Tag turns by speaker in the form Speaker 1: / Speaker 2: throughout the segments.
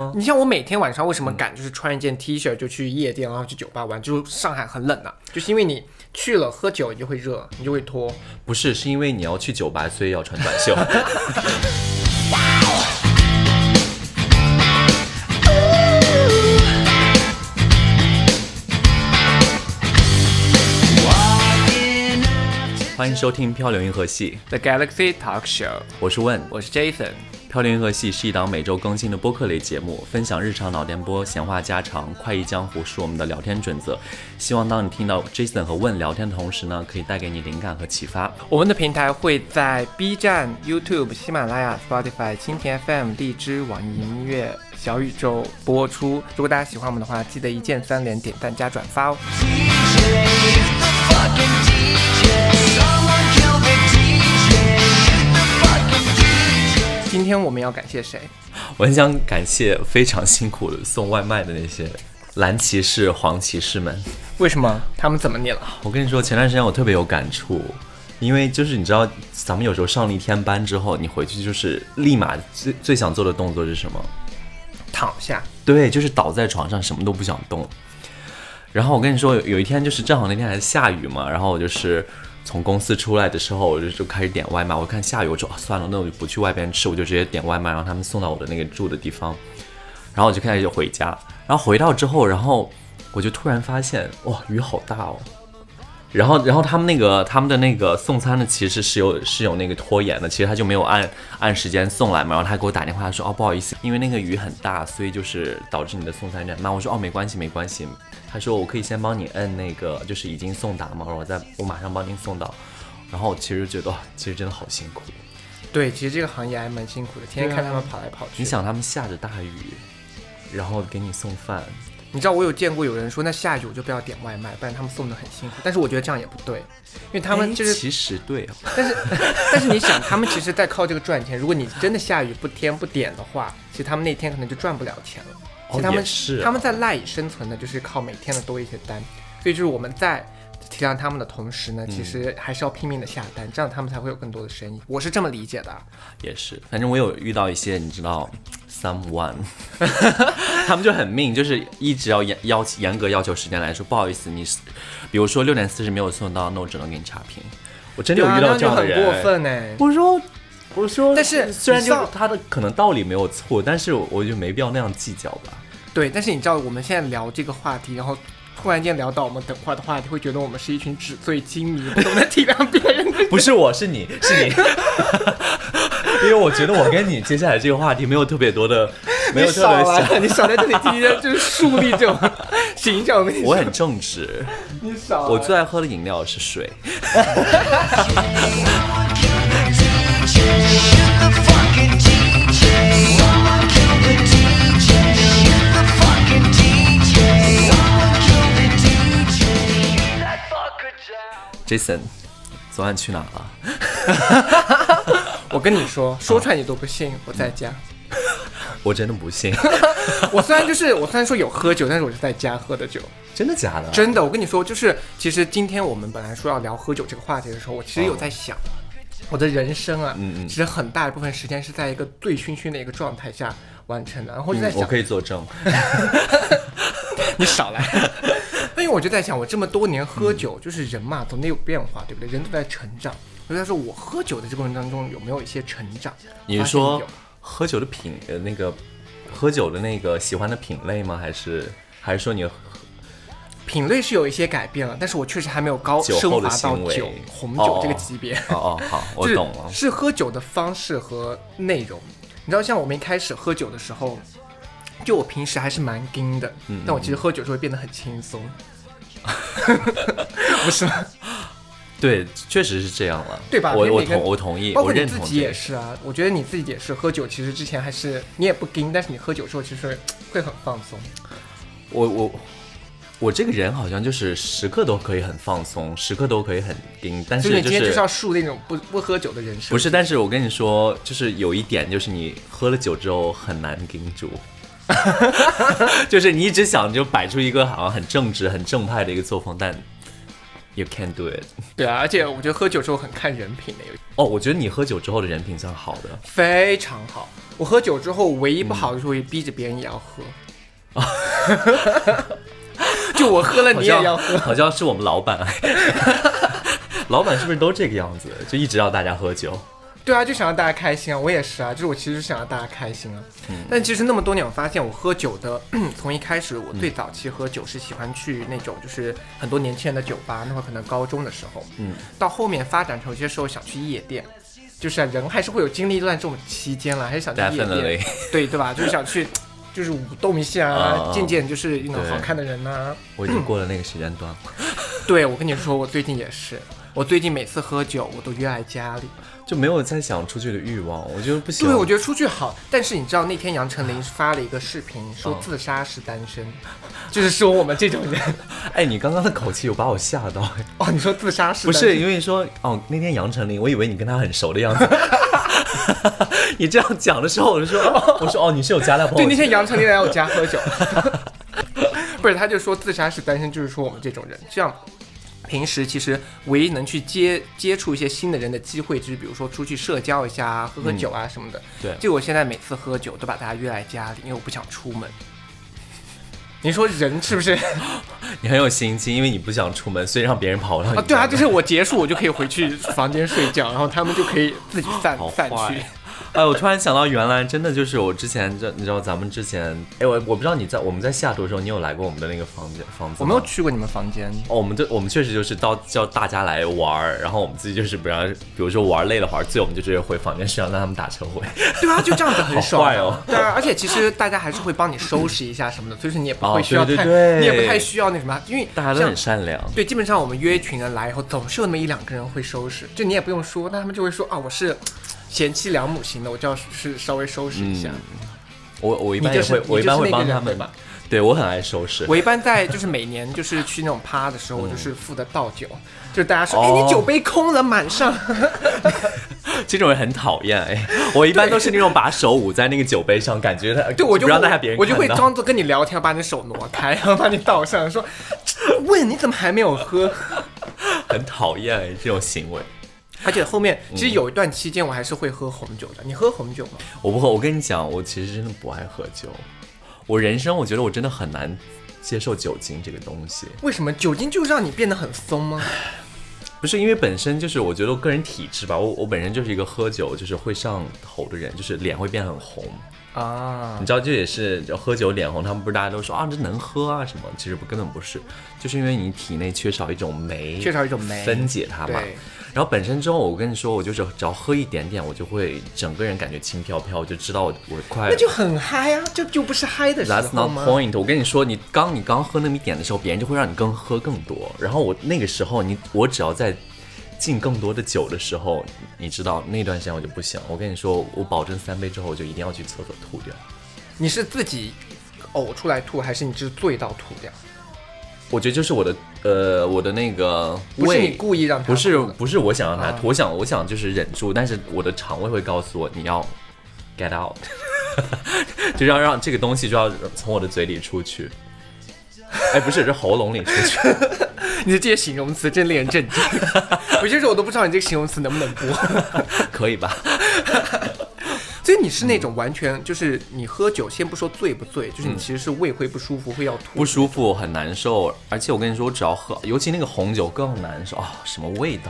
Speaker 1: 嗯，
Speaker 2: 你像我每天晚上为什么敢就是穿一件 T 恤就去夜店，然后去酒吧玩？就是上海很冷的、啊就是因为你去了喝酒，你就会热，你就会脱。
Speaker 1: 不是，是因为你要去酒吧，所以要穿短袖。欢迎收听《漂流银河系》，
Speaker 2: The Galaxy Talk Show，
Speaker 1: 我是问。
Speaker 2: 我是 Jason，
Speaker 1: 漂流银河系是一档每周更新的播客类节目，分享日常脑电波、闲话家常、快意江湖是我们的聊天准则。希望当你听到 Jason 和问聊天的同时呢，可以带给你灵感和启发。
Speaker 2: 我们的平台会在 B 站、YouTube、喜马拉雅、Spotify、蜻蜓 FM、荔枝、网易音乐、小宇宙播出。如果大家喜欢我们的话，记得一键三连、点赞加转发哦。今天我们要感谢谁？
Speaker 1: 我很想感谢非常辛苦送外卖的那些蓝骑士、黄骑士们。
Speaker 2: 为什么他们怎么你了？
Speaker 1: 我跟你说，前段时间我特别有感触，因为就是你知道，咱们有时候上了一天班之后，你回去就是立马最最想做的动作是什么？
Speaker 2: 躺下，
Speaker 1: 对，就是倒在床上，什么都不想动。然后我跟你说，有有一天就是正好那天还下雨嘛，然后我就是从公司出来的时候，我就就开始点外卖。我看下雨，我说、啊、算了，那我就不去外边吃，我就直接点外卖，让他们送到我的那个住的地方。然后我就开始就回家，然后回到之后，然后我就突然发现，哇，雨好大哦。然后，然后他们那个他们的那个送餐的其实是有是有那个拖延的，其实他就没有按按时间送来嘛。然后他给我打电话说，哦，不好意思，因为那个雨很大，所以就是导致你的送餐有点慢。我说，哦，没关系，没关系。他说，我可以先帮你摁那个，就是已经送达嘛，然后我再我马上帮您送到。然后我其实觉得，哇，哦其实真的好辛苦。
Speaker 2: 对，其实这个行业还蛮辛苦的，天天看他们跑来跑去。
Speaker 1: 你，想，他们下着大雨，然后给你送饭，
Speaker 2: 你知道我有见过有人说，那下雨我就不要点外卖，不然他们送的很辛苦。但是我觉得这样也不对，因为他们
Speaker 1: 哎
Speaker 2: 就是
Speaker 1: 其实对哦、
Speaker 2: 但是，但是你想，他们其实在靠这个赚钱。如果你真的下雨不添不点的话，其实他们那天可能就赚不了钱了。其实他们、
Speaker 1: 哦也是啊
Speaker 2: 他们在赖以生存的，就是靠每天的多一些单。所以就是我们在体谅他们的同时
Speaker 1: 嗯
Speaker 2: 呢，其实还是要拼命的下单，这样他们才会有更多的生意。我是这么理解的啊。
Speaker 1: 也是，反正我有遇到一些，你知道，someone，他们就很命，就是一直要严要严格要求时间来说，不好意思，你是比如说六点四十没有送到，那我只能给你差评。我真的有遇到这样的人，
Speaker 2: 对啊那就很过分哎。
Speaker 1: 我说。我说，
Speaker 2: 但是
Speaker 1: 虽然
Speaker 2: 你
Speaker 1: 就
Speaker 2: 上
Speaker 1: 是他的可能道理没有错，但是我我就没必要那样计较吧。
Speaker 2: 对，但是你知道我们现在聊这个话题，然后突然间聊到我们等会儿的话题，会觉得我们是一群纸醉金迷、不懂得体谅别人的
Speaker 1: 不是我，是你，是你， 因为我觉得我跟你接下来这个话题没有特别多的，没有
Speaker 2: 你
Speaker 1: 特
Speaker 2: 少
Speaker 1: 别
Speaker 2: 来
Speaker 1: 想，
Speaker 2: 了，你少在这里今天就是树立这种形象。我跟你
Speaker 1: 我
Speaker 2: 说，
Speaker 1: 很正直，
Speaker 2: 你少来
Speaker 1: 我最爱喝的饮料是水。Jason，昨晚去哪了？
Speaker 2: 我跟你说， 说出来你都不信。我在家，
Speaker 1: 我真的不信，
Speaker 2: 我虽然就是我虽然说有喝酒，但是我是在家喝的酒。
Speaker 1: 真的假的？
Speaker 2: 真的，我跟你说，就是其实今天我们本来说要聊喝酒这个话题的时候，我其实有在想。我的人生啊，
Speaker 1: 啊嗯嗯
Speaker 2: 其实很大一部分时间是在一个醉醺醺的一个状态下完成的，然后就在
Speaker 1: 嗯
Speaker 2: 想，
Speaker 1: 我可以作证。
Speaker 2: 你少来。因为我就在想，我这么多年喝酒，就是人嘛，总得有变化，对不对？人都在成长。我就在说，我喝酒的这个过程当中有没有一些成长？
Speaker 1: 你
Speaker 2: 发
Speaker 1: 是
Speaker 2: 现
Speaker 1: 说
Speaker 2: 有
Speaker 1: 喝酒的品呃那个喝酒的那个喜欢的品类吗？还是还是说你喝
Speaker 2: 品类是有一些改变了，但是我确实还没有高
Speaker 1: 酒
Speaker 2: 升
Speaker 1: 后
Speaker 2: 华
Speaker 1: 的
Speaker 2: 到
Speaker 1: 行为
Speaker 2: 酒红
Speaker 1: 哦
Speaker 2: 酒这个级别。
Speaker 1: 哦哦好，我
Speaker 2: 就是
Speaker 1: 懂了。
Speaker 2: 是喝酒的方式和内容。你知道，像我们一开始喝酒的时候，就我平时还是蛮硬的，
Speaker 1: 嗯
Speaker 2: 但我其实喝酒就会变得很轻松，不是吗？
Speaker 1: 对，确实是这样了。
Speaker 2: 对吧
Speaker 1: 我
Speaker 2: 因为
Speaker 1: 我
Speaker 2: 每个人
Speaker 1: 同我同意，
Speaker 2: 包
Speaker 1: 我
Speaker 2: 括你
Speaker 1: 认
Speaker 2: 自
Speaker 1: 同
Speaker 2: 己
Speaker 1: 这
Speaker 2: 也
Speaker 1: 个。
Speaker 2: 是啊，我觉得你自己也是，喝酒其实之前还是你也不盯，但是你喝酒之后其实会很放松。
Speaker 1: 我我我这个人好像就是时刻都可以很放松，时刻都可以很盯，但
Speaker 2: 所以
Speaker 1: 是
Speaker 2: 你
Speaker 1: 就
Speaker 2: 今天就是是要树那种不不喝酒的人设，
Speaker 1: 不是？但是我跟你说，就是有一点，就是你喝了酒之后很难盯 住。就是你一直想就摆出一个好像很正直、很正派的一个作风，但 You can do it。
Speaker 2: 对啊，而且我觉得喝酒之后很看人品的，有
Speaker 1: 哦，我觉得你喝酒之后的人品算好的，
Speaker 2: 非常好。我喝酒之后唯一不好就是会逼着别人也要喝， 就我喝了
Speaker 1: 嗯好
Speaker 2: 你也要
Speaker 1: 像
Speaker 2: 喝，
Speaker 1: 好像是我们老板， 老板是不是都这个样子？就一直让大家喝酒。
Speaker 2: 对啊，就想让大家开心啊，我也是啊，就是我其实是想让大家开心啊。
Speaker 1: 嗯
Speaker 2: 但其实那么多年，我发现我喝酒的， 从一开始我最早期喝酒是喜欢去那种就是很多年轻人的酒吧，那会儿可能高中的时候，
Speaker 1: 嗯，
Speaker 2: 到后面发展成有些时候想去夜店，就是啊人还是会有经历一段这种期间了，还是想去夜店
Speaker 1: Definitely，
Speaker 2: 对对吧？就是想去，就是舞动一下啊，
Speaker 1: 啊
Speaker 2: 见见就是那种
Speaker 1: 对
Speaker 2: 好看的人呐、啊。
Speaker 1: 我已经过了那个时间段了。
Speaker 2: 对，我跟你说，我最近也是，我最近每次喝酒我都约来家里。
Speaker 1: 就没有再想出去的欲望，我觉得不行。
Speaker 2: 对，我觉得出去好，但是你知道那天杨丞琳发了一个视频，说自杀是单身， 就是说我们这种人
Speaker 1: 哎，你刚刚的口气有把我吓到，哎
Speaker 2: 哦，你说自杀是
Speaker 1: 不
Speaker 2: 单
Speaker 1: 是
Speaker 2: 身
Speaker 1: 因为说哦，那天杨丞琳，我以为你跟他很熟的样子。 你这样讲的时候，我就说，哦我说哦，你是有加料朋
Speaker 2: 对
Speaker 1: 友
Speaker 2: 那
Speaker 1: 圈，
Speaker 2: 天杨丞琳来我家喝酒， 不是他就说自杀是单身，就是说我们这种人这样。平时其实唯一能去接接触一些新的人的机会，就是比如说出去社交一下啊，喝喝酒啊什么的。
Speaker 1: 对
Speaker 2: 就我现在每次喝酒都把大家约来家里，因为我不想出门。 你说人是不是？
Speaker 1: 你很有心机，因为你不想出门，所以让别人跑了。
Speaker 2: 啊，对啊，就是是我结束我就可以回去房间睡觉，然后他们就可以自己散
Speaker 1: 好
Speaker 2: 散
Speaker 1: 坏
Speaker 2: 去。
Speaker 1: 哎，我突然想到，原来真的就是我之前，这你知道咱们之前，哎，我我不知道你在我们在西雅图的时候，你有来过我们的那个房间房子
Speaker 2: 我没
Speaker 1: 吗
Speaker 2: 有去过你们房间，
Speaker 1: 哦，我们就我们确实就是到叫大家来玩儿，然后我们自己就是不让，比如说玩累了玩醉，我们就直接回房间睡觉，让他们打车回。
Speaker 2: 对啊，就这样子很爽
Speaker 1: 好
Speaker 2: 啊。
Speaker 1: 坏哦
Speaker 2: 对啊，而且其实大家还是会帮你收拾一下什么的，所以说你也不会
Speaker 1: 哦
Speaker 2: 需要太，
Speaker 1: 对对对
Speaker 2: 你也不太需要那什么，因为
Speaker 1: 大家都
Speaker 2: 像
Speaker 1: 很善良。
Speaker 2: 对，基本上我们约一群人来以后，总是有那么一两个人会收拾，就你也不用说，那他们就会说啊，我是贤妻良母型的，我就要是稍微收拾一下。
Speaker 1: 嗯我我一
Speaker 2: 你
Speaker 1: 般也
Speaker 2: 就是
Speaker 1: 会，
Speaker 2: 你
Speaker 1: 我一
Speaker 2: 就
Speaker 1: 般
Speaker 2: 是
Speaker 1: 会
Speaker 2: 那个
Speaker 1: 帮
Speaker 2: 人
Speaker 1: 他
Speaker 2: 对
Speaker 1: 们
Speaker 2: 吧。
Speaker 1: 对我很爱收拾。
Speaker 2: 我一般在就是每年就是去那种趴的时候，我就是负责倒酒，就是大家说，哎、
Speaker 1: 嗯哦
Speaker 2: 你酒杯空了，满上。
Speaker 1: 这种人很讨厌哎，我一般都是那种把手捂在那个酒杯上，感觉他
Speaker 2: 对，我就
Speaker 1: 不让
Speaker 2: 会
Speaker 1: 大家别人
Speaker 2: 我就
Speaker 1: 看
Speaker 2: 会
Speaker 1: 到
Speaker 2: 装作跟你聊天，把你手挪开，然后把你倒上，说问你怎么还没有喝。
Speaker 1: 很讨厌哎这种行为。
Speaker 2: 而且后面其
Speaker 1: 嗯
Speaker 2: 实有一段期间，我还是会喝红酒的。你喝红酒吗？
Speaker 1: 我不喝，我跟你讲，我其实真的不爱喝酒。我人生我觉得我真的很难接受酒精这个东西，
Speaker 2: 为什么酒精就让你变得很松吗？
Speaker 1: 不是因为本身就是我觉得我个人体质吧，我我本身就是一个喝酒就是会上头的人，就是脸会变很红。
Speaker 2: 啊
Speaker 1: 你，知道这也是就喝酒脸红，他们不是大家都说啊这能喝啊什么？其实不根本不是，就是因为你体内缺少一种酶，
Speaker 2: 缺少一种酶
Speaker 1: 分解它嘛。
Speaker 2: 对
Speaker 1: 然后本身之后，我跟你说，我就是只要喝一点点，我就会整个人感觉轻飘飘，我就知道我我快
Speaker 2: 那。就很嗨啊，这就不是嗨的时
Speaker 1: That's
Speaker 2: 候
Speaker 1: not
Speaker 2: 吗？
Speaker 1: point。我跟你说，你刚你刚喝那么一点的时候，别人就会让你更喝更多。然后我那个时候，你我只要在进更多的酒的时候，你知道那段时间我就不行。我跟你说，我保证三杯之后，我就一定要去厕所吐掉。
Speaker 2: 你是自己呕出来吐，还是你是醉到吐掉？
Speaker 1: 我觉得就是我的呃，我的那个
Speaker 2: 不是你
Speaker 1: 胃，
Speaker 2: 故意让他
Speaker 1: 不是
Speaker 2: 吐的
Speaker 1: 不是我想让它
Speaker 2: 啊
Speaker 1: 吐，我想我想就是忍住，但是我的肠胃会告诉我你要 get out，就要让这个东西就要从我的嘴里出去。哎，不是，是喉咙里出去。
Speaker 2: 你的这些形容词真令人震惊。 有些时候我都不知道你这个形容词能不能播。
Speaker 1: 可以吧？
Speaker 2: 所以你是那种完全就是你喝酒，先不说醉不醉，就是你其实是胃会不舒服，会要吐
Speaker 1: 不。舒服，很难受，而且我跟你说，我只要喝，尤其那个红酒更难受啊、什么味道？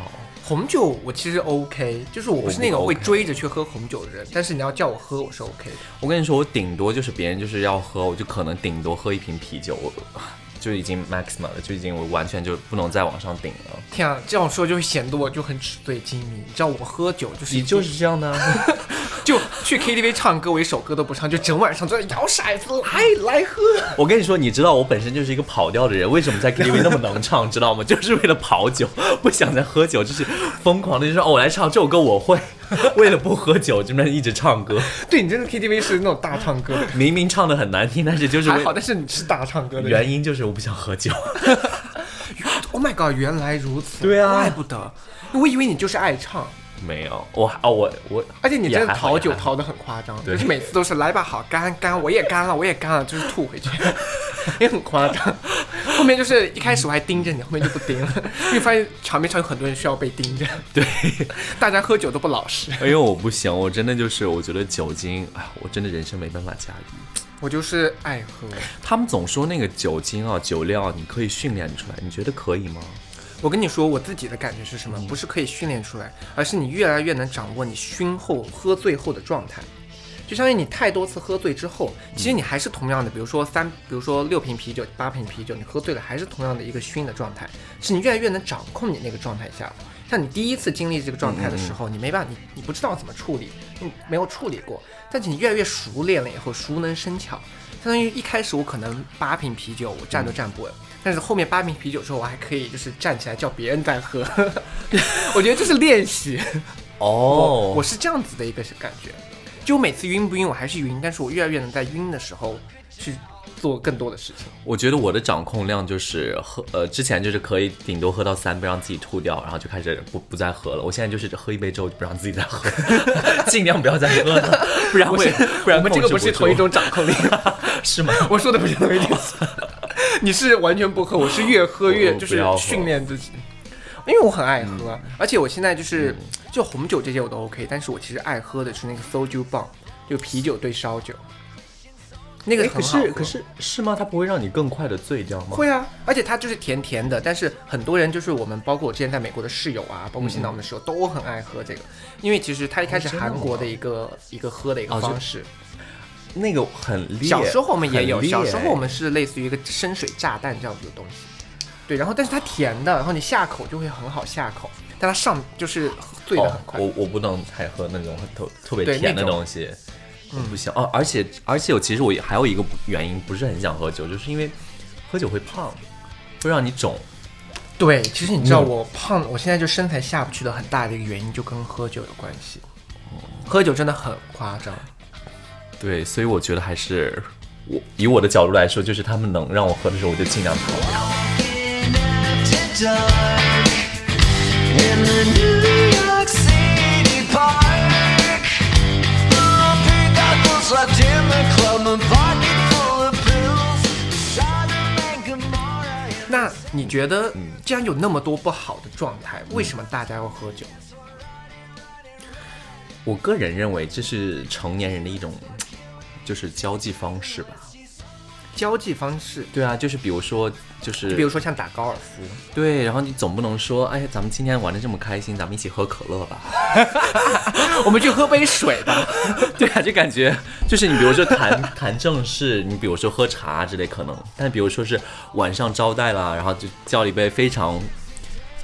Speaker 2: 红酒我其实 OK，就是我不是那种会追着去喝红酒的人，但是你要叫我喝，我是 OK 的。
Speaker 1: 我跟你说，我顶多就是别人就是要喝，我就可能顶多喝一瓶啤酒，我就已经 maximum 了，就已经我完全就不能再往上顶了。
Speaker 2: 天啊，这样说就会显得我就很纸醉金迷。你知道我喝酒就是
Speaker 1: 你就是这样的、啊，
Speaker 2: 就去 KTV 唱歌，我一首歌都不唱，就整晚上在那摇骰子，来来喝。
Speaker 1: 我跟你说，你知道我本身就是一个跑调的人，为什么 在 KTV 那么能唱，知道吗？就是为了跑酒，不想再喝酒，就是疯狂的就说，哦，我来唱这首歌我会， 为了不喝酒，这边一直唱歌，
Speaker 2: 对你真的 KTV 是那种大唱歌的，
Speaker 1: 明明唱的很难听，但是就是
Speaker 2: 还
Speaker 1: 为
Speaker 2: 好，但是你是大唱歌的人。
Speaker 1: 原因就是我不想喝酒。
Speaker 2: Oh my god，原来如此。
Speaker 1: 对啊
Speaker 2: 怪不得，我以为你就是爱唱。
Speaker 1: 没有，我哦我我，
Speaker 2: 而且你真
Speaker 1: 也
Speaker 2: 的
Speaker 1: 还好
Speaker 2: 逃酒
Speaker 1: 也还好
Speaker 2: 逃得很夸张，
Speaker 1: 对
Speaker 2: 就是每 次都是来吧，好干干，我也干了，我也干了，就是吐回去，也很夸张。后面就是一开始我还盯着你，后面就不盯了，因为发现场面上有很多人需要被盯着，
Speaker 1: 对，
Speaker 2: 大家喝酒都不老实。
Speaker 1: 因为哎我不行，我真的就是我觉得酒精，哎，我真的人生没办法驾驭。
Speaker 2: 我就是爱喝，
Speaker 1: 他们总说那个酒精啊、酒量啊你可以训练出来，你觉得可以吗？
Speaker 2: 我跟你说，我自己的感觉是什么？不是可以训练出来，而是你越来越能掌握你熏后、喝醉后的状态。就相当于你太多次喝醉之后，其实你还是同样的，比如说三，比如说六瓶啤酒、八瓶啤酒，你喝醉了还是同样的一个熏的状态，是你越来越能掌控你那个状态下了。像你第一次经历这个状态的时候，你没办法，你你不知道怎么处理，你没有处理过，但是你越来越熟练了以后，熟能生巧。相当于一开始我可能八瓶啤酒我站都站不稳，但是后面八瓶啤酒之后，我还可以就是站起来叫别人再喝。 我觉得这是练习。
Speaker 1: 哦
Speaker 2: 我我是这样子的一个感觉，就我每次晕不晕，我还是晕，但是我越来越能在晕的时候去做更多的事情。
Speaker 1: 我觉得我的掌控量就是喝，呃，之前就是可以顶多喝到三杯让自己吐掉，然后就开始不不再喝了。我现在就是喝一杯之后就不让自己再喝， 尽量不要再喝了，不然会不然
Speaker 2: 我们这个
Speaker 1: 控
Speaker 2: 不
Speaker 1: 制
Speaker 2: 是同一
Speaker 1: 住
Speaker 2: 种掌控力，
Speaker 1: 是吗？
Speaker 2: 我说的不是同一种。你是完全不喝，我是越喝越
Speaker 1: 我
Speaker 2: 就
Speaker 1: 我
Speaker 2: 是
Speaker 1: 不要喝嗯
Speaker 2: 训练自己，因为我很爱喝，而且我现在就是就红酒这些我都 OK，但是我其实爱喝的是那个 soju bomb，就啤酒兑烧酒，那个
Speaker 1: 哎
Speaker 2: 很
Speaker 1: 可
Speaker 2: 好喝
Speaker 1: 是可是是吗？它不会让你更快的醉掉吗？
Speaker 2: 会啊，而且它就是甜甜的，但是很多人就是我们，包括我之前在美国的室友啊，包括现在我们的室友都很爱喝这个，因为其实它一开始
Speaker 1: 哦真的
Speaker 2: 韩国
Speaker 1: 吗
Speaker 2: 的一个一个喝的一
Speaker 1: 哦
Speaker 2: 个
Speaker 1: 就
Speaker 2: 方式。
Speaker 1: 那个很烈。
Speaker 2: 小时候我们也有，
Speaker 1: 很烈哦
Speaker 2: 小时候我们是类似于一个深水炸弹这样子的东西，对，然后但是它甜的，然后你下口就会很好下口，但它上就是醉的很快。
Speaker 1: 哦、我我不能太喝那种很特特别
Speaker 2: 对
Speaker 1: 甜
Speaker 2: 那
Speaker 1: 的
Speaker 2: 种嗯
Speaker 1: 东西，我不行哦。而且而且我其实我也还有一个原因不是很想喝酒，就是因为喝酒会胖，会让你肿。
Speaker 2: 对，其实你知道
Speaker 1: 嗯
Speaker 2: 我胖，我现在就身材下不去的很大的一个原因就跟喝酒有关系，喝酒真的很夸张。
Speaker 1: 对，所以我觉得还是我以我的角度来说，就是他们能让我喝的时候，我就尽量喝。
Speaker 3: In the New York City park, the pickaxes left in the club, a pocket full of pills, Sodom and Gomorrah.
Speaker 2: 那你觉得，既然有那么多不好的状态，为什么大家要喝酒？
Speaker 1: 我个人认为这是成年人的一种就是交际方式吧。
Speaker 2: 交际方式，
Speaker 1: 对啊，就是比如说，就是
Speaker 2: 比如说像打高尔夫，
Speaker 1: 对，然后你总不能说，哎，咱们今天玩的这么开心，咱们一起喝可乐吧。
Speaker 2: 我们去喝杯水 吧。
Speaker 1: 对啊，就感觉就是你，比如说谈谈正事，你比如说喝茶之类可能，但比如说是晚上招待啦，然后就叫了一杯非常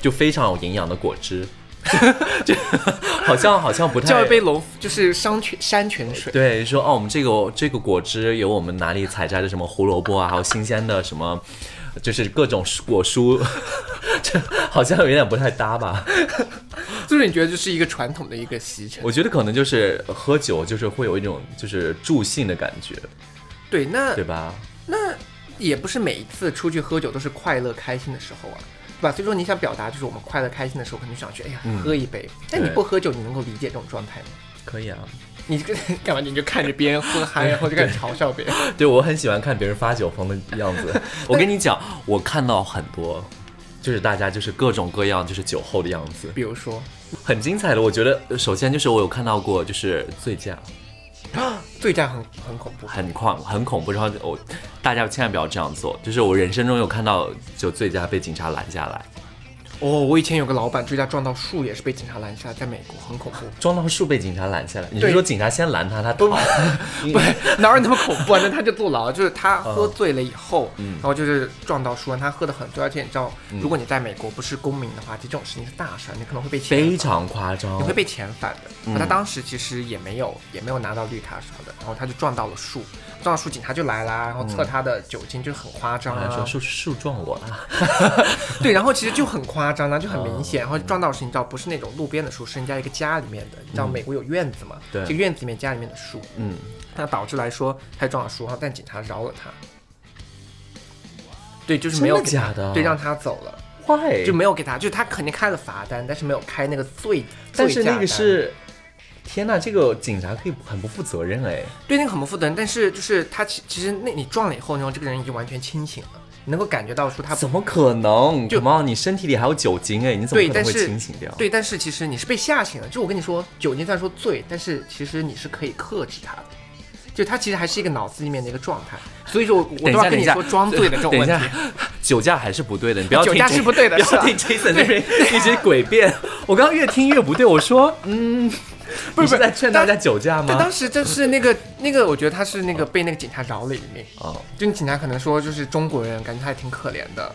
Speaker 1: 就非常有营养的果汁， 就就好像好像不太
Speaker 2: 叫一杯龙，就是山泉山泉水。
Speaker 1: 对，说哦，我们这个这个果汁有我们哪里采摘的什么胡萝卜啊，还有新鲜的什么，就是各种蔬果蔬， 这好像有点不太搭吧。
Speaker 2: 就是你觉得这是一个传统的一个习程。
Speaker 1: 我觉得可能就是喝酒，就是会有一种就是助兴的感觉，
Speaker 2: 对，那
Speaker 1: 对吧？
Speaker 2: 那也不是每一次出去喝酒都是快乐开心的时候啊，对吧？所以说你想表达就是我们快乐开心的时候，可能就想去哎呀、喝一杯。但你
Speaker 1: 对
Speaker 2: 不喝酒，你能够理解这种状态吗？
Speaker 1: 可以啊。
Speaker 2: 你这个干嘛？你就看着别人喝 嗨，然后就开始嘲笑别人。
Speaker 1: 对，我很喜欢看别人发酒疯的样子。 我跟你讲，我看到很多，就是大家就是各种各样就是酒后的样子，
Speaker 2: 比如 说
Speaker 1: 很精彩的。我觉得呃首先就是我有看到过就是醉驾，
Speaker 2: 醉驾很很恐怖，
Speaker 1: 很恐很恐怖。然后我大家千万不要这样做，就是我人生中有看到就醉驾被警察拦下来，
Speaker 2: 哦，我以前有个老板追加撞到树，也是被警察拦下来，在美国很恐 怖。
Speaker 1: 撞到树被警察拦下来。你是
Speaker 2: 对
Speaker 1: 说警察先拦他，他 逃？
Speaker 2: 不，哪有那么恐怖啊？那他就坐牢，就是他喝醉了以后，
Speaker 1: 嗯
Speaker 2: 然后就是撞到树，他喝的很醉，而且你知道，如果你在美国不是公民的话，这种事情是大事儿，你可能会被遣
Speaker 1: 非
Speaker 2: 返
Speaker 1: 常嗯夸张
Speaker 2: 你会。被遣返的。那他当时其实也没有也没有拿到绿卡什么的，然后他就撞到了树，撞到树警察就来啦，然后测他的酒精就是很夸张
Speaker 1: 来
Speaker 2: 啊
Speaker 1: 嗯哎说，树树撞我啊了，
Speaker 2: 对，然后其实就很夸张啊，就很明
Speaker 1: 嗯
Speaker 2: 显，然后撞到是，你知道不是那种路边的树，是人家一个家里面的，你知道美国有院子嘛，
Speaker 1: 嗯对
Speaker 2: 这个院子里面家里面的树，
Speaker 1: 嗯，
Speaker 2: 那导致来说，他撞了树，然后但警察饶了他。对，就是没有
Speaker 1: 真的
Speaker 2: 给他
Speaker 1: 假的哎
Speaker 2: 对，让他走了，
Speaker 1: 坏
Speaker 2: 就没有给他，就是他肯定开了罚单，但是没有开那个醉，
Speaker 1: 但是
Speaker 2: 醉驾
Speaker 1: 那
Speaker 2: 单
Speaker 1: 个是，天呐，这个警察可以很不负责任哎。
Speaker 2: 对那个很不负责任，但是就是他其其实那你撞了以后，然后这个人已经完全清醒了，能够感觉到出它
Speaker 1: 怎么可能？
Speaker 2: 就
Speaker 1: 怎么你身体里还有酒精哎，你怎么
Speaker 2: 对，
Speaker 1: 可能
Speaker 2: 但
Speaker 1: 会
Speaker 2: 是
Speaker 1: 清醒掉？
Speaker 2: 对，但是其实你是被吓醒了。就我跟你说，酒精虽然说醉，但是其实你是可以克制它的。就它其实还是一个脑子里面的一个状态，所以说我我都
Speaker 1: 等一
Speaker 2: 要跟
Speaker 1: 下，等
Speaker 2: 你
Speaker 1: 一下，
Speaker 2: 说装醉的这种问
Speaker 1: 等一
Speaker 2: 题
Speaker 1: 下。，酒驾还是不对的，你不要
Speaker 2: 酒
Speaker 1: 听
Speaker 2: 驾
Speaker 1: Jason-
Speaker 2: 是不对的
Speaker 1: 不
Speaker 2: 是
Speaker 1: 要
Speaker 2: 吧
Speaker 1: 听 Jason 那边一直诡辩。我刚刚越听越不对，我说，嗯，不
Speaker 2: 是
Speaker 1: 是在劝大家酒驾
Speaker 2: 对，
Speaker 1: 吗
Speaker 2: 当？时就是那个那个，我觉得他是那个被那个警察饶了一命。
Speaker 1: 哦，
Speaker 2: 就警察可能说，就是中国人，感觉他还挺可怜的。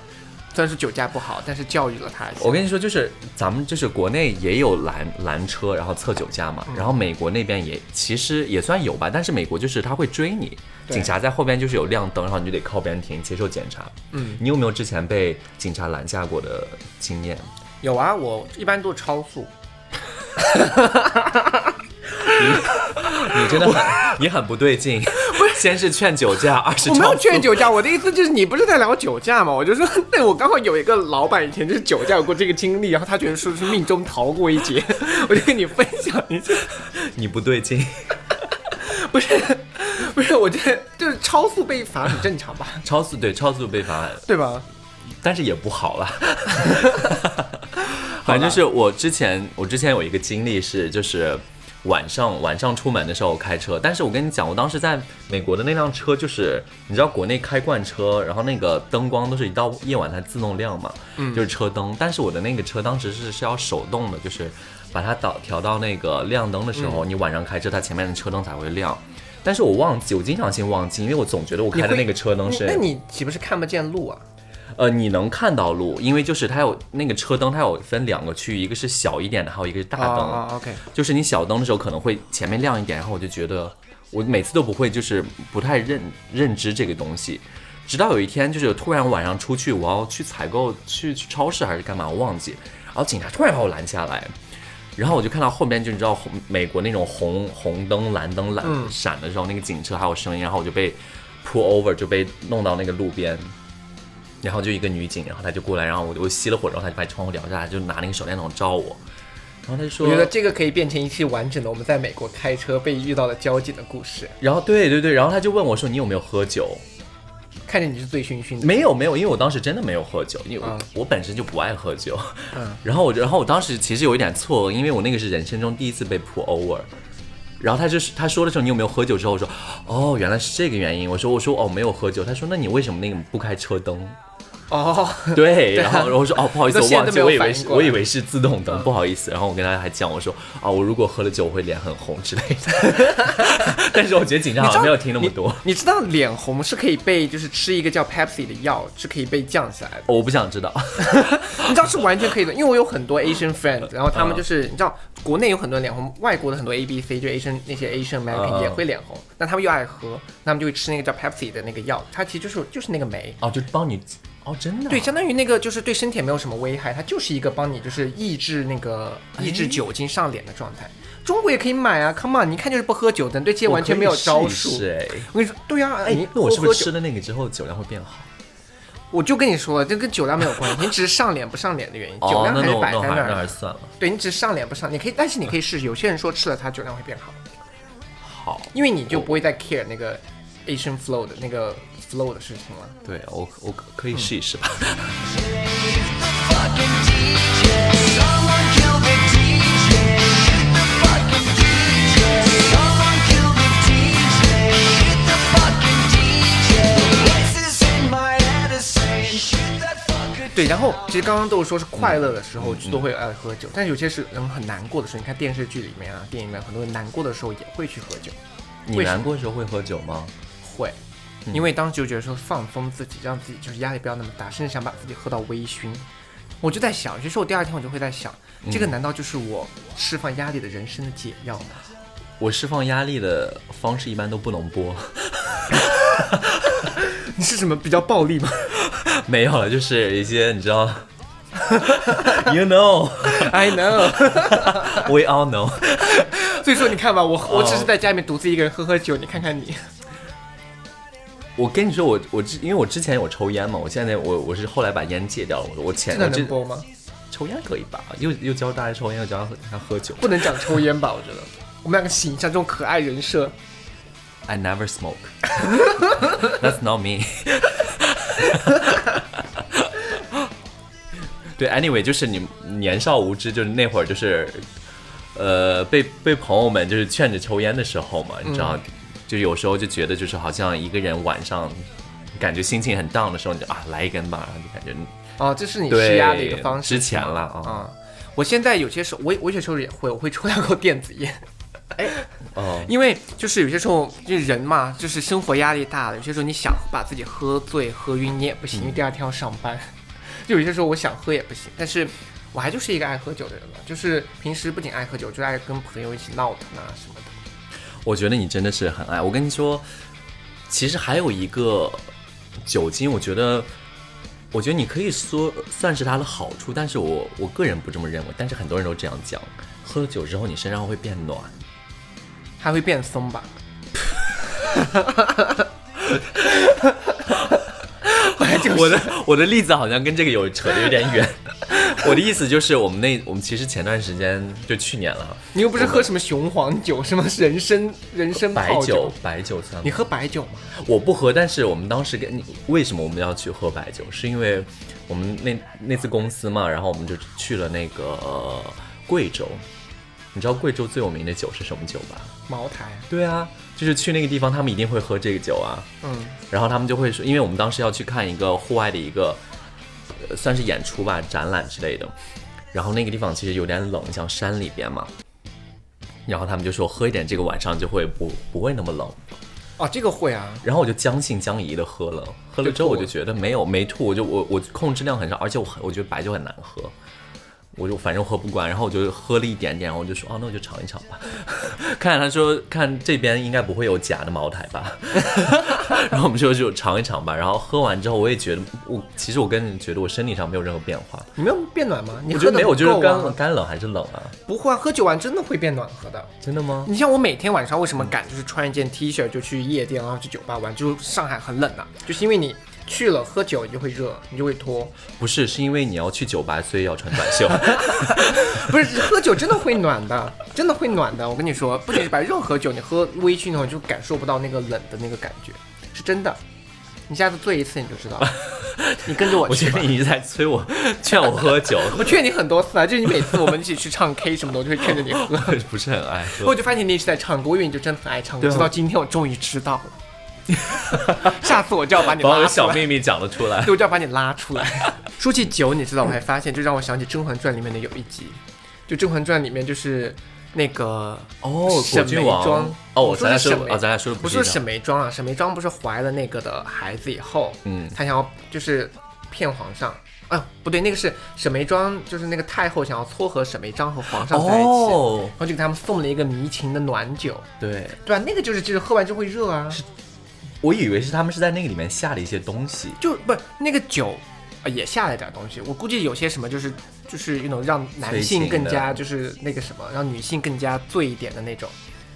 Speaker 2: 虽然说酒驾不好，但是教育了他一下。
Speaker 1: 我跟你说，就是咱们就是国内也有拦拦车，然后测酒驾
Speaker 2: 嗯
Speaker 1: 嘛，然后美国那边也其实也算有吧，但是美国就是他会追你，
Speaker 2: 对
Speaker 1: 警察在后边就是有亮灯，然后你就得靠边停接受检查。
Speaker 2: 嗯，
Speaker 1: 你有没有之前被警察拦下过的 经验？
Speaker 2: 有啊，我一般都是超速，
Speaker 1: 你真的很，你很不对 劲。先是劝酒驾，二是
Speaker 2: 我没有
Speaker 1: 超速
Speaker 2: 劝酒驾，我的意思就是你不是在聊酒驾吗？我就说，对我刚好有一个老板以前就是酒驾有过这个经历，然后他觉得说是命中逃过一劫，我就跟你分享一下。
Speaker 1: 你不对劲。
Speaker 2: 不是，不是，我觉得就是超速被罚很正常吧，
Speaker 1: 超速对超速被罚，
Speaker 2: 对吧？
Speaker 1: 但是也不好 啦。反正就是我之前我之前有一个经历是，就是晚上晚上出门的时候开车，但是我跟你讲，我当时在美国的那辆车就是你知道国内开惯车，然后那个灯光都是一到夜晚才自动亮嘛，就是车灯，但是我的那个车当时是是要手动的，就是把它导调到那个亮灯的时候，你晚上开车，它前面的车灯才会亮。但是我忘记，我经常性忘记，因为我总觉得我
Speaker 2: 你
Speaker 1: 开的
Speaker 2: 会
Speaker 1: 那个车灯
Speaker 2: 你
Speaker 1: 是
Speaker 2: 那你岂不是看不见路啊？
Speaker 1: 呃，你能看到路，因为就是它有那个车灯，它有分两个区域，一个是小一点的，还有一个是大灯。
Speaker 2: 啊啊，OK，
Speaker 1: 就是你小灯的时候可能会前面亮一点，然后我就觉得我每次都不会，就是不太认认知这个东西。直到有一天，就是突然晚上出去，我要去采购，去去超市还是干嘛，我忘记。然后警察突然把我拦下来，然后我就看到后面就你知道红美国那种红红灯、蓝灯蓝闪的时候，那个警车还有声音，然后我就被 pull over 就被弄到那个路边。然后就一个女警，然后她就过来，然后我就我熄了火，然后她就把窗户摇下来，就拿那个手电筒照我，然后她就说：“
Speaker 2: 我觉得这个可以变成一期完整的我们在美国开车被遇到的交警的故事。
Speaker 1: 然后对对对，然后他就问我说：“你有没有喝酒
Speaker 2: 看着你是醉醺醺？”的，
Speaker 1: 没有没有，因为我当时真的没有喝酒，因为我,、
Speaker 2: 嗯
Speaker 1: 我本身就不爱喝酒。
Speaker 2: 嗯
Speaker 1: 然后我就然后我当时其实有一点错愕，因为我那个是人生中第一次被 pull over。然后他就是他说的时候，你有没有喝酒？之后我说：“哦，原来是这个原因。”我说：“我说哦，没有喝酒。”他说：“那你为什么那个不开车灯
Speaker 2: 哦，？”
Speaker 1: 对，然
Speaker 2: 啊
Speaker 1: 后然后我说：“哦，不好意思，
Speaker 2: 到
Speaker 1: 我
Speaker 2: 现在
Speaker 1: 忘
Speaker 2: 都
Speaker 1: 记，
Speaker 2: 没有
Speaker 1: 我以
Speaker 2: 反
Speaker 1: 为
Speaker 2: 应
Speaker 1: 是
Speaker 2: 过
Speaker 1: 我
Speaker 2: 来
Speaker 1: 以为是自动灯，不好意思。”然后我跟他还讲我说：“啊、我如果喝了酒我会脸很红之类的。” 但是我觉得警察好像没有听那么多。
Speaker 2: 你知道脸红是可以被就是吃一个叫 Pepsi 的药是可以被降下来的，
Speaker 1: 我不想知道。
Speaker 2: 你知道是完全可以的，因为我有很多 Asian friend，然后他们就是你知道国内有很多人脸红，外国的很多 A B C 就 Asian 那些 Asian American
Speaker 1: 嗯
Speaker 2: 也会脸红，那他们又爱喝，那他们就会吃那个叫 Pepsi 的那个药，它其实就是就是那个酶。
Speaker 1: 哦，就帮你哦，真的啊、
Speaker 2: 对，相当于那个就是对身体也没有什么危害，它就是一个帮你就是抑制那个抑制酒精上脸的状态。中国也可以买啊，Come on，你一看就是不喝酒的，对这些
Speaker 1: 我
Speaker 2: 完全
Speaker 1: 可以
Speaker 2: 没有招
Speaker 1: 试
Speaker 2: 数。
Speaker 1: 一试哎，
Speaker 2: 我跟你说，对呀、
Speaker 1: 哎
Speaker 2: 你，
Speaker 1: 那我是不
Speaker 2: 喝
Speaker 1: 是
Speaker 2: 酒
Speaker 1: 吃了那个之后酒量会变好？
Speaker 2: 我就跟你说了，这跟酒量没有关系，你只是上脸不上脸的原因，酒
Speaker 1: 哦，
Speaker 2: 量
Speaker 1: 那
Speaker 2: 还
Speaker 1: 那
Speaker 2: 是
Speaker 1: 我
Speaker 2: 摆
Speaker 1: 那
Speaker 2: 在
Speaker 1: 还
Speaker 2: 儿
Speaker 1: 那还
Speaker 2: 的。
Speaker 1: 是算了。
Speaker 2: 对你只是上脸不上，你可以，但是你可以试试。有些人说吃了它酒量会变好，
Speaker 1: 好，
Speaker 2: 因为你就不会再 care 那个 Asian flow 的那个 flow 的事情了。
Speaker 1: 对我我可
Speaker 2: 嗯
Speaker 1: 可以试一试吧。
Speaker 3: Fucking DJ, someone kill the DJ. Hit the fucking DJ, someone kill the DJ. Hit the fucking DJ. Voices in my head are saying, shoot that fucking.
Speaker 2: 对，然后其实刚刚都有说是快乐的时候都会爱喝酒，但是有些是人很难过的时候，你看电视剧里面啊、电影里面，很多人难过的时候也会去喝酒，
Speaker 1: 你
Speaker 2: 为什么
Speaker 1: 难过的时候会喝酒吗？
Speaker 2: 会，因为当时就觉得说放松自己，让自己就是压力不要那么大，甚至想把自己喝到微醺。我就在想，有些时候第二天我就会在想，这个难道就是我释放压力的人生的解药吗？
Speaker 1: 我释放压力的方式一般都不能播，
Speaker 2: 你是什么比较暴力吗？
Speaker 1: 没有了，就是一些你知道 ，you know，we
Speaker 2: I know，
Speaker 1: all know。
Speaker 2: 所以说你看吧，我我只是在家里面独自一个人喝喝酒，你看看你，
Speaker 1: 我跟你说，我我之因为我之前有抽烟嘛，我现在我我是后来把烟戒掉了。我我 前
Speaker 2: 真
Speaker 1: 我
Speaker 2: 的
Speaker 1: 之
Speaker 2: 能播吗？
Speaker 1: 抽烟可以吧？又又教大家抽烟，又教大家喝酒。
Speaker 2: 不能讲抽烟吧，我觉得。我们两个形象这种可爱人设，
Speaker 1: I never smoke. That's not me. 对，anyway，就是你年少无知，就是那会儿就是，呃，被被朋友们就是劝着抽烟的时候嘛，你
Speaker 2: 嗯
Speaker 1: 知道，就有时候就觉得就是好像一个人晚上感觉心情很 down 的时候，你就啊来一根吧，然后就感觉
Speaker 2: 哦，这是你
Speaker 1: 对
Speaker 2: 施压的一个方式。
Speaker 1: 之前了啊
Speaker 2: 啊、我现在有些时候，我我有些时候也会，我会抽两口电子烟，
Speaker 1: 哦，
Speaker 2: 因为就是有些时候，就是人嘛，就是生活压力大了，有些时候你想把自己喝醉喝晕，你也不行，因为第二天要上班。 就有些时候我想喝也不行，但是我还就是一个爱喝酒的人嘛，就是平时不仅爱喝酒，就爱跟朋友一起闹腾啊什么的。
Speaker 1: 我觉得你真的是很爱。我跟你说，其实还有一个酒精，我觉得，我觉得你可以说算是它的好处，但是我我个人不这么认为，但是很多人都这样讲，喝了酒之后你身上会变暖。
Speaker 2: 还会变松吧？
Speaker 1: 我的我的例子好像跟这个有扯的有点远。我的意思就是，我们那我们其实前段时间就去年了，
Speaker 2: 你又不是喝什么雄黄酒，什么人参人参
Speaker 1: 白
Speaker 2: 泡
Speaker 1: 酒，白酒算吗
Speaker 2: 你喝白酒吗？
Speaker 1: 我不喝，但是我们当时跟你为什么我们要去喝白酒，是因为我们那那次公司嘛，然后我们就去了那个、呃贵州。你知道贵州最有名的酒是什么酒吧？
Speaker 2: 茅台，
Speaker 1: 对啊，就是去那个地方，他们一定会喝这个酒啊。
Speaker 2: 嗯，
Speaker 1: 然后他们就会说，因为我们当时要去看一个户外的一个，呃算是演出吧，展览之类的。然后那个地方其实有点冷，像山里边嘛。然后他们就说喝一点这个晚上就会不不会那么冷。
Speaker 2: 哦，这个会啊，
Speaker 1: 然后我就将信将疑的喝了，喝了之后我就觉得没有没吐，我就我我控制量很少，而且我很我觉得白酒很难喝。我就反正喝不惯，然后我就喝了一点点，然后我就说，哦，那我就尝一尝吧。 看他说，看这边应该不会有假的茅台吧？ 然后我们就就尝一尝吧。然后喝完之后，我也觉得，我其实我跟你觉得我身体上没有任何变化，
Speaker 2: 你没有变暖吗？你
Speaker 1: 我
Speaker 2: 喝
Speaker 1: 觉得
Speaker 2: 得
Speaker 1: 没有，我
Speaker 2: 不
Speaker 1: 觉得
Speaker 2: 够
Speaker 1: 干
Speaker 2: 啊
Speaker 1: 冷干冷还是冷啊？
Speaker 2: 不会啊，喝酒完真的会变暖和的。
Speaker 1: 真的吗？
Speaker 2: 你像我每天晚上为什么敢就是穿一件 T 恤就去夜店，然后去酒吧玩？就是上海很冷啊，就是因为你去了喝酒，你就会热，你就会脱。
Speaker 1: 不是，是因为你要去酒吧，所以要穿短袖。
Speaker 2: 不是喝酒真的会暖的，真的会暖的。我跟你说， 不仅是白，任何酒，你喝微醺的话，你就感受不到那个冷的那个感觉，是真的。你下次醉一次你就知道 了。你跟着我
Speaker 1: 我
Speaker 2: 去
Speaker 1: 觉
Speaker 2: 吧
Speaker 1: 得。你一直在催我，劝我喝酒，
Speaker 2: 我劝你很多次啊，就是你每次我们一起去唱 K 什么的，我就会劝着你 喝。
Speaker 1: 我不是很爱喝
Speaker 2: 我。就发现你一直在唱歌，因为你就真的很爱唱歌。
Speaker 1: 对啊
Speaker 2: 直到今天，我终于知道了。 下次我就要把你
Speaker 1: 把 我
Speaker 2: 拉
Speaker 1: 的
Speaker 2: 出
Speaker 1: 小
Speaker 2: 来，
Speaker 1: 秘密讲了出来。
Speaker 2: 对，我就要把你拉出来。说起酒，你知道，我还发现，就让我想起《甄嬛传》里面的有一集，就《甄嬛传》里面就是那个
Speaker 1: 哦
Speaker 2: 沈眉庄。
Speaker 1: 哦，
Speaker 2: 我
Speaker 1: 我咱俩
Speaker 2: 是
Speaker 1: 说
Speaker 2: 沈，眉
Speaker 1: 哦，咱俩说的
Speaker 2: 我
Speaker 1: 不是
Speaker 2: 说
Speaker 1: 一
Speaker 2: 沈
Speaker 1: 样。
Speaker 2: 眉庄啊，沈眉庄不是怀了那个的孩子以后，
Speaker 1: 嗯
Speaker 2: 她想要就是骗皇上。啊，不对，那个是沈眉庄，就是那个太后想要撮合沈眉庄和皇上在一起，
Speaker 1: 哦
Speaker 2: 然后就给他们送了一个迷情的暖酒，
Speaker 1: 对，
Speaker 2: 对啊，那个就是就是喝完就会热啊，
Speaker 1: 我以为是他们是在那个里面下了一些东西。
Speaker 2: 就不那个酒啊也下了点东西，我估计有些什么就是就是那种让男性更加就是那个什么，让女性更加醉一点的那种，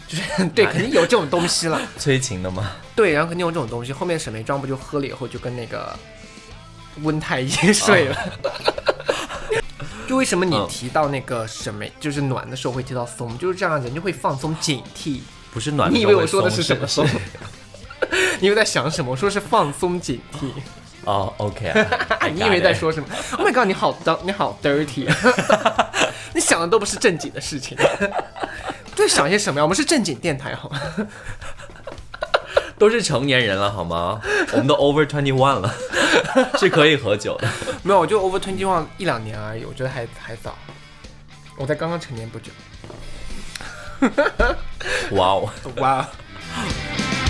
Speaker 2: 就是 对，肯定有这种东西了，
Speaker 1: 催情的吗？
Speaker 2: 对，然后肯定有这种东西。后面沈眉庄不就喝了以后就跟那个温太医 睡了。就为什么你
Speaker 1: 嗯
Speaker 2: 提到那个沈眉，就是暖的时候会提到松，就是这样人就会放松警惕。
Speaker 1: 不是暖的
Speaker 2: 你以
Speaker 1: 时候
Speaker 2: 为
Speaker 1: 会
Speaker 2: 我说的
Speaker 1: 松
Speaker 2: 是什么松
Speaker 1: 是不是？
Speaker 2: 你又在想什么？我说是放松警惕。哎
Speaker 1: 哦，OK 啊。I
Speaker 2: 你以为
Speaker 1: got
Speaker 2: 在
Speaker 1: it
Speaker 2: 说什么？Oh my god！你好当，你好 dirty，你想的都不是正经的事情， 对，想些什么呀？我们是正经电台好吗？
Speaker 1: 都是成年人了好 吗？我们都 over twenty one 了， 是可以喝酒的。
Speaker 2: 没有，我就 over twenty one 一两年而已，我觉得还还早。我才刚刚成年不久。
Speaker 1: 哇哦，
Speaker 2: 哇、哦。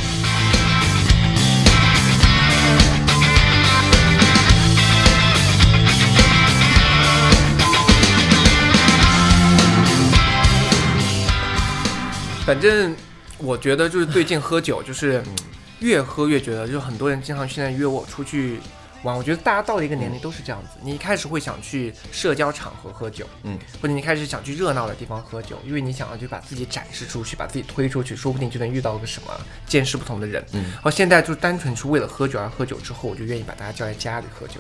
Speaker 2: 反正我觉得就是最近喝酒，就是越喝越觉得，就是很多人经常现在约我出去玩。我觉得大家到了一个年龄都是这样子，你一开始会想去社交场合喝酒，
Speaker 1: 嗯，
Speaker 2: 或者你开始想去热闹的地方喝酒，因为你想要去把自己展示出去，把自己推出去，说不定就能遇到个什么见识不同的人。嗯，而现在就单纯是为了喝酒而喝酒，之后我就愿意把大家叫在家里喝酒。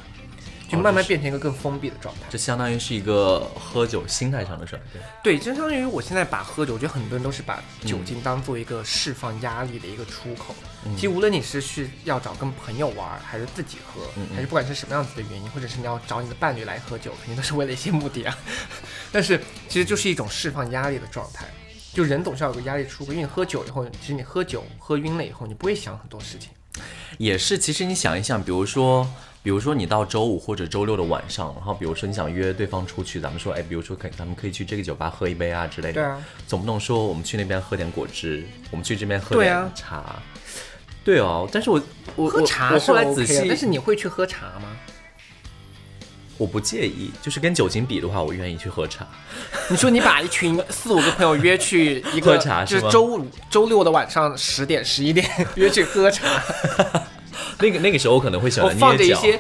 Speaker 2: 就慢慢变成一个更封闭的状态。
Speaker 1: 这相当于是一个喝酒心态上的转变。
Speaker 2: 对，就相当于我现在把喝酒，我觉得很多人都是把酒精当做一个释放压力的一个出口。其实无论你是去要找跟朋友玩儿，还是自己喝，还是不管是什么样子的原因，或者是你要找你的伴侣来喝酒，肯定都是为了一些目的啊。 但是其实就是一种释放压力的状态。就人总是要有个压力出口，因为你喝酒以后，其实你喝酒喝晕了以后，你不会想很多事情。
Speaker 1: 也是，其实你想一想，比如说，比如说你到周五或者周六的晚上，然后比如说你想约对方出去，咱们说，哎，比如说可以咱们可以去这个酒吧喝一杯啊之类的，
Speaker 2: 对啊，
Speaker 1: 总不能说我们去那边喝点果汁，我们去这边喝
Speaker 2: 对
Speaker 1: 点
Speaker 2: 啊
Speaker 1: 茶，对哦，但是我我
Speaker 2: 喝
Speaker 1: 我
Speaker 2: 茶
Speaker 1: 我
Speaker 2: 是
Speaker 1: 后
Speaker 2: OK
Speaker 1: 来
Speaker 2: 的、
Speaker 1: 仔细，
Speaker 2: 啊但是你会去喝茶吗？
Speaker 1: 我不介意，就是跟酒精比的话，我愿意去喝茶，
Speaker 2: 你说你把一群四五个朋友约去一个，
Speaker 1: 喝茶
Speaker 2: 就是
Speaker 1: 吗
Speaker 2: 是周五、周六的晚上十点、十一点 约去喝茶，
Speaker 1: 那个那个时候我可能会喜
Speaker 2: 我
Speaker 1: 欢
Speaker 2: 放着
Speaker 1: 捏
Speaker 2: 一
Speaker 1: 脚，
Speaker 2: 些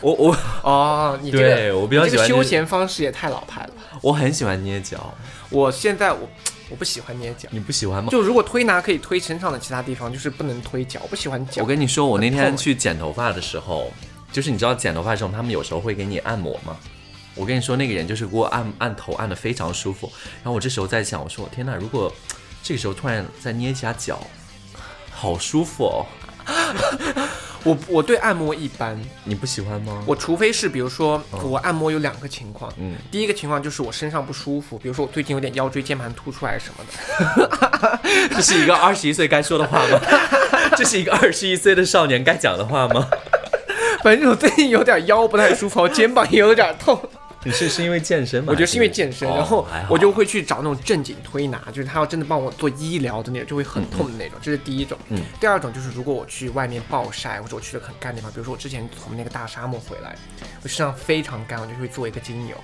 Speaker 1: 我我
Speaker 2: 哦，你这个
Speaker 1: 对我比较
Speaker 2: 你这个
Speaker 1: 喜欢
Speaker 2: 休
Speaker 1: 就是
Speaker 2: 闲方式也太老派了吧。
Speaker 1: 我很喜欢捏脚，
Speaker 2: 我现在我我不喜欢捏脚，
Speaker 1: 你不喜欢吗？
Speaker 2: 就如果推拿可以推身上的其他地方，就是不能推脚，我不喜欢脚。
Speaker 1: 我跟你说，我那
Speaker 2: 很
Speaker 1: 天
Speaker 2: 痛
Speaker 1: 去剪头发的时候，就是你知道剪头发的时候，他们有时候会给你按摩吗？我跟你说，那个人就是给我按按头按的非常舒服。然后我这时候在想，我说天哪，如果这个时候突然再捏一下脚，好舒服哦！
Speaker 2: 我我对按摩一般，
Speaker 1: 你不喜欢吗？
Speaker 2: 我除非是比如说我按摩有两个情况，
Speaker 1: 嗯
Speaker 2: 第一个情况就是我身上不舒服，比如说我最近有点腰椎间盘突出来什么的，
Speaker 1: 这是一个二十一岁该说的话吗？ 这是一个二十一岁的少年该讲的话吗？
Speaker 2: 反正我最近有点腰不太舒服，我肩膀也有点痛。
Speaker 1: 你是是因为健身吗？
Speaker 2: 我觉得是因为健身，
Speaker 1: 哦
Speaker 2: 然后
Speaker 1: 还好
Speaker 2: 我就会去找那种正经推拿，就是他要真的帮我做医疗的那种，就会很痛的那种，这是第一种。
Speaker 1: 嗯
Speaker 2: 第二种就是如果我去外面暴晒，或者我去了很干的地方，比如说我之前从那个大沙漠回来，我身上非常干，我就会做一个精油，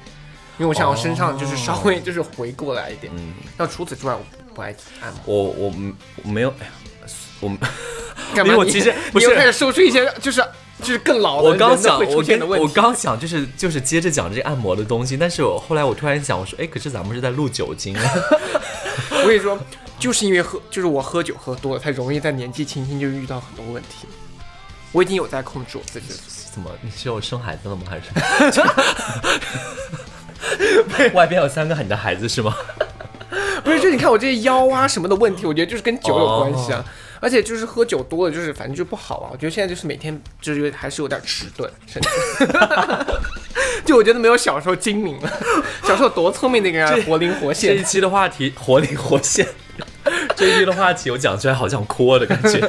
Speaker 2: 因为我想要身上就是稍微就是回过来一点。
Speaker 1: 哦嗯
Speaker 2: 那除此之外，我不不爱啊按摩。
Speaker 1: 我我没我没有，哎呀，我
Speaker 2: 干
Speaker 1: 因
Speaker 2: 嘛
Speaker 1: 为我
Speaker 2: 你
Speaker 1: 其实不
Speaker 2: 你又
Speaker 1: 是
Speaker 2: 开始说出一些就是就是更老的
Speaker 1: 我刚
Speaker 2: 人的
Speaker 1: 想，
Speaker 2: 会
Speaker 1: 我
Speaker 2: 出现
Speaker 1: 跟
Speaker 2: 的问
Speaker 1: 我
Speaker 2: 题。
Speaker 1: 刚想就是就是接着讲这按摩的东西，但是我后来我突然想，我说，哎，可是咱们是在录酒精，啊
Speaker 2: 我跟你说，就是因为喝，就是我喝酒喝多了，才容易在年纪轻轻就遇到很多问题。我已经有在控制我自己了，
Speaker 1: 怎么你是有生孩子了吗？还 是什 么？外边有三个你的孩子是吗？
Speaker 2: 不是？就你看我这些腰啊什么的问题，我觉得就是跟酒有关系啊。而且就是喝酒多了，就是反正就不好啊。我觉得现在就是每天就是有还是有点迟钝，甚至。 就我觉得没有小时候精明了，小时候多聪明那个人啊，活灵活
Speaker 1: 这一
Speaker 2: 现。
Speaker 1: 期的话题 活灵活现，这一期的话题我讲出来好想哭的感觉。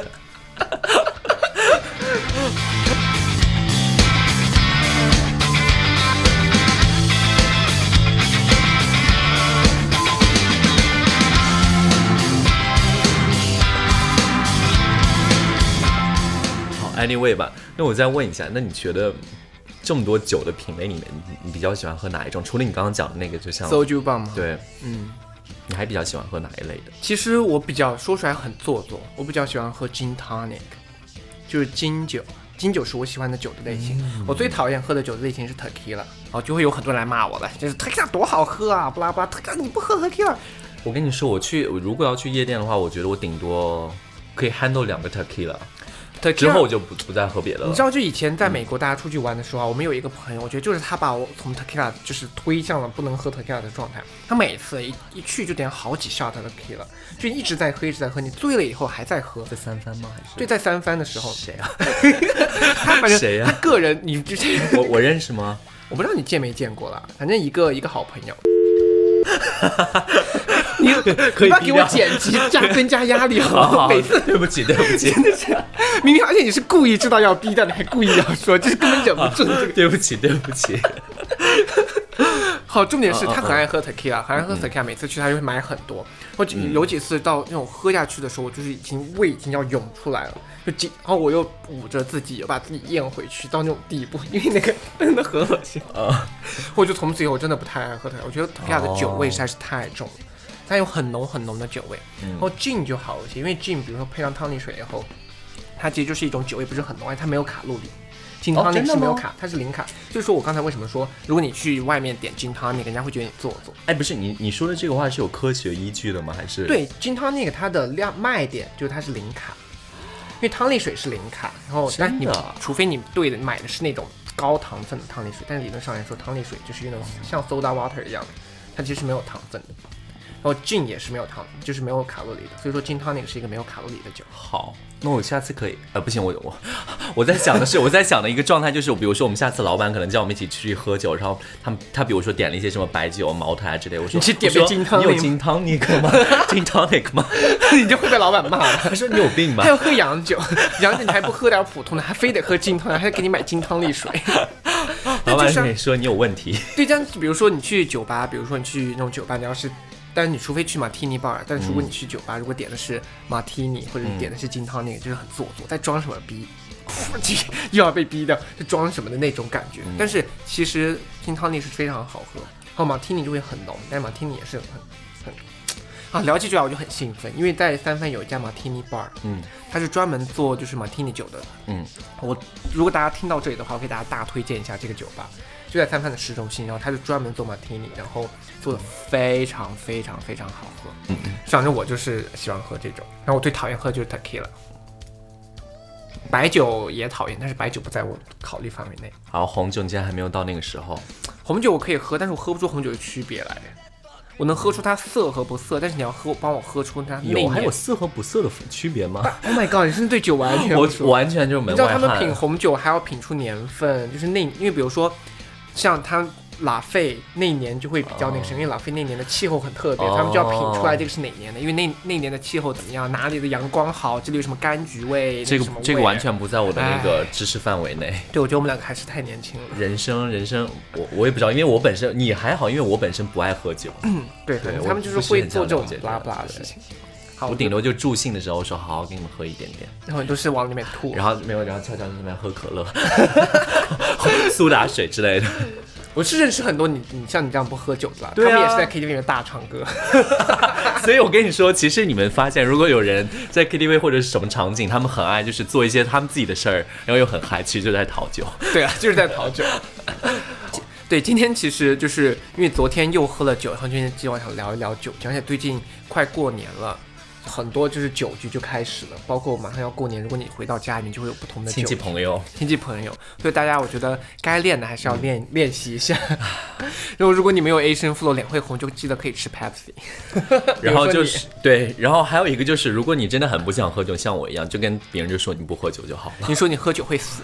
Speaker 1: 好，anyway 吧，那我再问一下，那你觉得这么多酒的品类里面，你你比较喜欢喝哪一种？除了你刚刚讲的那个，就像
Speaker 2: So 棒吗？
Speaker 1: 对，嗯，你还比较喜欢喝哪一类的？
Speaker 2: 其实我比较说出来很做作，我比较喜欢喝 gin tonic，就是金酒。金酒是我喜欢的酒的类型，我最讨厌喝的酒的类型是 tequila，哦，就会有很多人来骂我了，就是 tequila 多好喝啊，不拉不拉，tequila 你不喝 tequila，
Speaker 1: 我跟你说，我去，我如果要去夜店的话，我觉得我顶多可以 handle 两个 tequila，之后我就不不再喝别的了。
Speaker 2: 你知道，就以前在美国大家出去玩的时候啊，我们有一个朋友，我觉得就是他把我从 tequila 就是推向了不能喝 tequila 的状态。他每次一一去就点好几 shot tequila，就一直在喝，一直在喝，你醉了以后还在喝，
Speaker 1: 在三番吗？还是
Speaker 2: 对，在三番的时候，
Speaker 1: 谁啊？
Speaker 2: 他反正
Speaker 1: 谁啊呀
Speaker 2: 他个人，你 之前
Speaker 1: 我我认识吗？
Speaker 2: 我不知道你见没见过啦，反正一个一个好朋友。 你
Speaker 1: 可
Speaker 2: 你不
Speaker 1: 以
Speaker 2: 要
Speaker 1: 低
Speaker 2: 给我
Speaker 1: 调
Speaker 2: 剪辑加增加压力好
Speaker 1: 好
Speaker 2: 吗？
Speaker 1: 好，
Speaker 2: 每次
Speaker 1: 对不起，对不起，
Speaker 2: 明明而且你是故意知道要逼掉，你还故意要说，就是根本忍不住。这个
Speaker 1: 对不起，对不起。
Speaker 2: 好，重点是
Speaker 1: 嗯嗯嗯
Speaker 2: 他很爱喝 tequila，很爱喝 tequila，每次去他就会买很多。我就有几次到那种喝下去的时候，我就是已经胃已经要涌出来了，就紧，然后我又捂着自己，又把自己咽回去到那种地步，因为那个真的很恶心。
Speaker 1: 呃，
Speaker 2: 我就从此以后我真的不太爱喝 t e 我觉得 t e 的酒
Speaker 1: 哦
Speaker 2: 味实在是太重了，它有很浓很浓的酒味。
Speaker 1: 嗯
Speaker 2: 然后 gin 就好一些，因为 gin 比如说配上汤力水以后，它其实就是一种酒味不是很浓，而且它没有卡路里。金汤
Speaker 1: 哦
Speaker 2: 那
Speaker 1: 真
Speaker 2: 个
Speaker 1: 的
Speaker 2: 是没有
Speaker 1: 吗
Speaker 2: 卡，它是零卡。就是说我刚才为什么说，如果你去外面点金汤那个，人家会觉得你做作。
Speaker 1: 哎，不是你你说的这个话是有科学依据的吗？还是？
Speaker 2: 对，金汤那个它的量卖点就是它是零卡，因为汤力水是零卡，然后
Speaker 1: 真
Speaker 2: 但你
Speaker 1: 的啊
Speaker 2: 除非你对的买的是那种高糖分的糖类水，但是理论上来说，糖类水就是一种像 soda water 一样的，它其实是没有糖分的。然后 gin 也是没有糖，就是没有卡路里的，所以说 gin tonic 是一个没有卡路里的 酒。
Speaker 1: 好，那我下次可以，呃，不行，我我我在想的是，我在想的一个状态就是，比如说我们下次老板可能叫我们一起出去喝酒，然后他们他比如说点了一些什么白酒、茅台啊之类，我
Speaker 2: 你
Speaker 1: 说
Speaker 2: 去点
Speaker 1: 我说
Speaker 2: 杯金汤
Speaker 1: 你有
Speaker 2: 力吗
Speaker 1: 金汤尼克吗？ 金汤尼克吗？
Speaker 2: 你就会被老板骂的。
Speaker 1: 他说你有病吧
Speaker 2: 还？要喝洋酒， 洋酒你还不喝点普通的，还非得喝金汤，还给你买金汤力 水。
Speaker 1: 老
Speaker 2: 就
Speaker 1: 板
Speaker 2: 是
Speaker 1: 跟你说你有问题，
Speaker 2: 对，这样比如说你去酒吧，比如说你去那种酒吧，你要是，但是你除非去马提尼 bar，但是
Speaker 1: 嗯
Speaker 2: 如果你去酒吧，如果点的是马提尼或者你点的是金汤力，就是很做作，在装什么 逼， 又要被逼掉，就装什么的那种感觉。
Speaker 1: 嗯
Speaker 2: 但是其实金汤力是非常好喝，然后马提尼就会很浓，但是马提尼也是很很。啊，聊起酒来我就很兴奋，因为在三藩有一家马提尼 bar，
Speaker 1: 嗯
Speaker 2: 它是专门做就是马提尼酒的，
Speaker 1: 嗯，
Speaker 2: 我如果大家听到这里的话，我给大家大推荐一下这个酒吧，就在三藩的市中心，然后它就专门做马提尼，然后做的非常非常非常好喝。嗯，反正我就是喜欢喝这种，然后我最讨厌喝就是 tequila，白酒也讨厌，但是白酒不在我考虑范围内。
Speaker 1: 然后红酒你现在还没有到那个时候，
Speaker 2: 红酒我可以喝，但是我喝不出红酒的区别来，我能喝出它涩和不涩，但是你要喝帮我喝出它内
Speaker 1: 有还有
Speaker 2: 面。
Speaker 1: 色和不色的区别吗？
Speaker 2: Oh my god！你真的对酒完全不熟
Speaker 1: 我完全就是
Speaker 2: 你
Speaker 1: 门
Speaker 2: 知道
Speaker 1: 外
Speaker 2: 他们品
Speaker 1: 汉。
Speaker 2: 红酒还要品出年份，就是那，因为比如说，像他拉菲那一年就会比较那个什么，因为拉菲那年的气候很特别，
Speaker 1: 哦
Speaker 2: 他们就要品出来这个是哪年的，因为那那年的气候怎么样，哪里的阳光好，这里有什么柑橘味，
Speaker 1: 这
Speaker 2: 那
Speaker 1: 个
Speaker 2: 什么味啊哎
Speaker 1: 这个完全不在我的那个知识范围内。
Speaker 2: 对，我觉得我们两个还是太年轻了，
Speaker 1: 人生，人生，我我也不知道，因为我本身你还好，因为我本身不爱喝酒，
Speaker 2: 对，
Speaker 1: 对
Speaker 2: 可能
Speaker 1: 我
Speaker 2: 他们就是
Speaker 1: 不是
Speaker 2: 会
Speaker 1: 很
Speaker 2: 做
Speaker 1: 想
Speaker 2: 这种
Speaker 1: 了解这
Speaker 2: 拉
Speaker 1: 个
Speaker 2: 不拉的
Speaker 1: 对
Speaker 2: 事情。好，
Speaker 1: 我顶多就助兴的时候说好，好给你们喝一点点，
Speaker 2: 然后你都是往里面吐，
Speaker 1: 然后没有，然后悄悄在那边喝可乐、 苏打水 之类的。
Speaker 2: 我是认识很多你，你像你这样不喝酒的啦，
Speaker 1: 对啊
Speaker 2: 他们也是在 KTV 里面大唱歌。
Speaker 1: 所以我跟你说，其实你们发现，如果有人在 KTV 或者是什么场景，他们很爱就是做一些他们自己的事儿，然后又很嗨，其实就在讨酒。
Speaker 2: 对啊，就是在讨酒。对，今天其实就是因为昨天又喝了酒，然后今天今晚想聊一聊酒，而且最近快过年了，很多就是酒局就开始了，包括马上要过年，如果你回到家里面就会有不同的酒
Speaker 1: 亲戚朋友，
Speaker 2: 亲戚朋友，所以大家我觉得该练的还是要练、练习一下。
Speaker 1: 嗯
Speaker 2: 然后 如果你没有 Asian flow 脸会红，就记得可以吃 Pepsi。
Speaker 1: 然后
Speaker 2: 比如说
Speaker 1: 就
Speaker 2: 你
Speaker 1: 是对，然后还有一个就是，如果你真的很不想喝酒，像我一样，就跟别人就说你不喝酒就好了。
Speaker 2: 你说你喝酒会 死。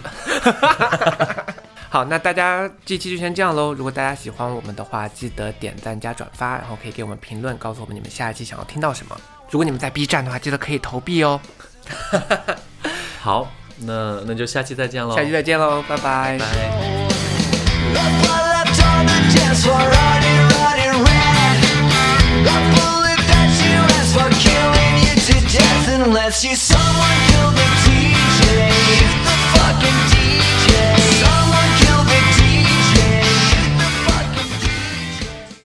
Speaker 2: 好，那大家这期就先这样喽。如果大家喜欢我们的话，记得点赞加转发，然后可以给我们评论，告诉我们你们下一期想要听到什么。如果你们在 B 站的话，记得可以投币哦。
Speaker 1: 好，那那就下期再见喽，
Speaker 2: 下期再见喽，拜拜
Speaker 1: 拜。
Speaker 3: Look what I've done and just for running, running red. I believe that you asked for killing you to death unless you someone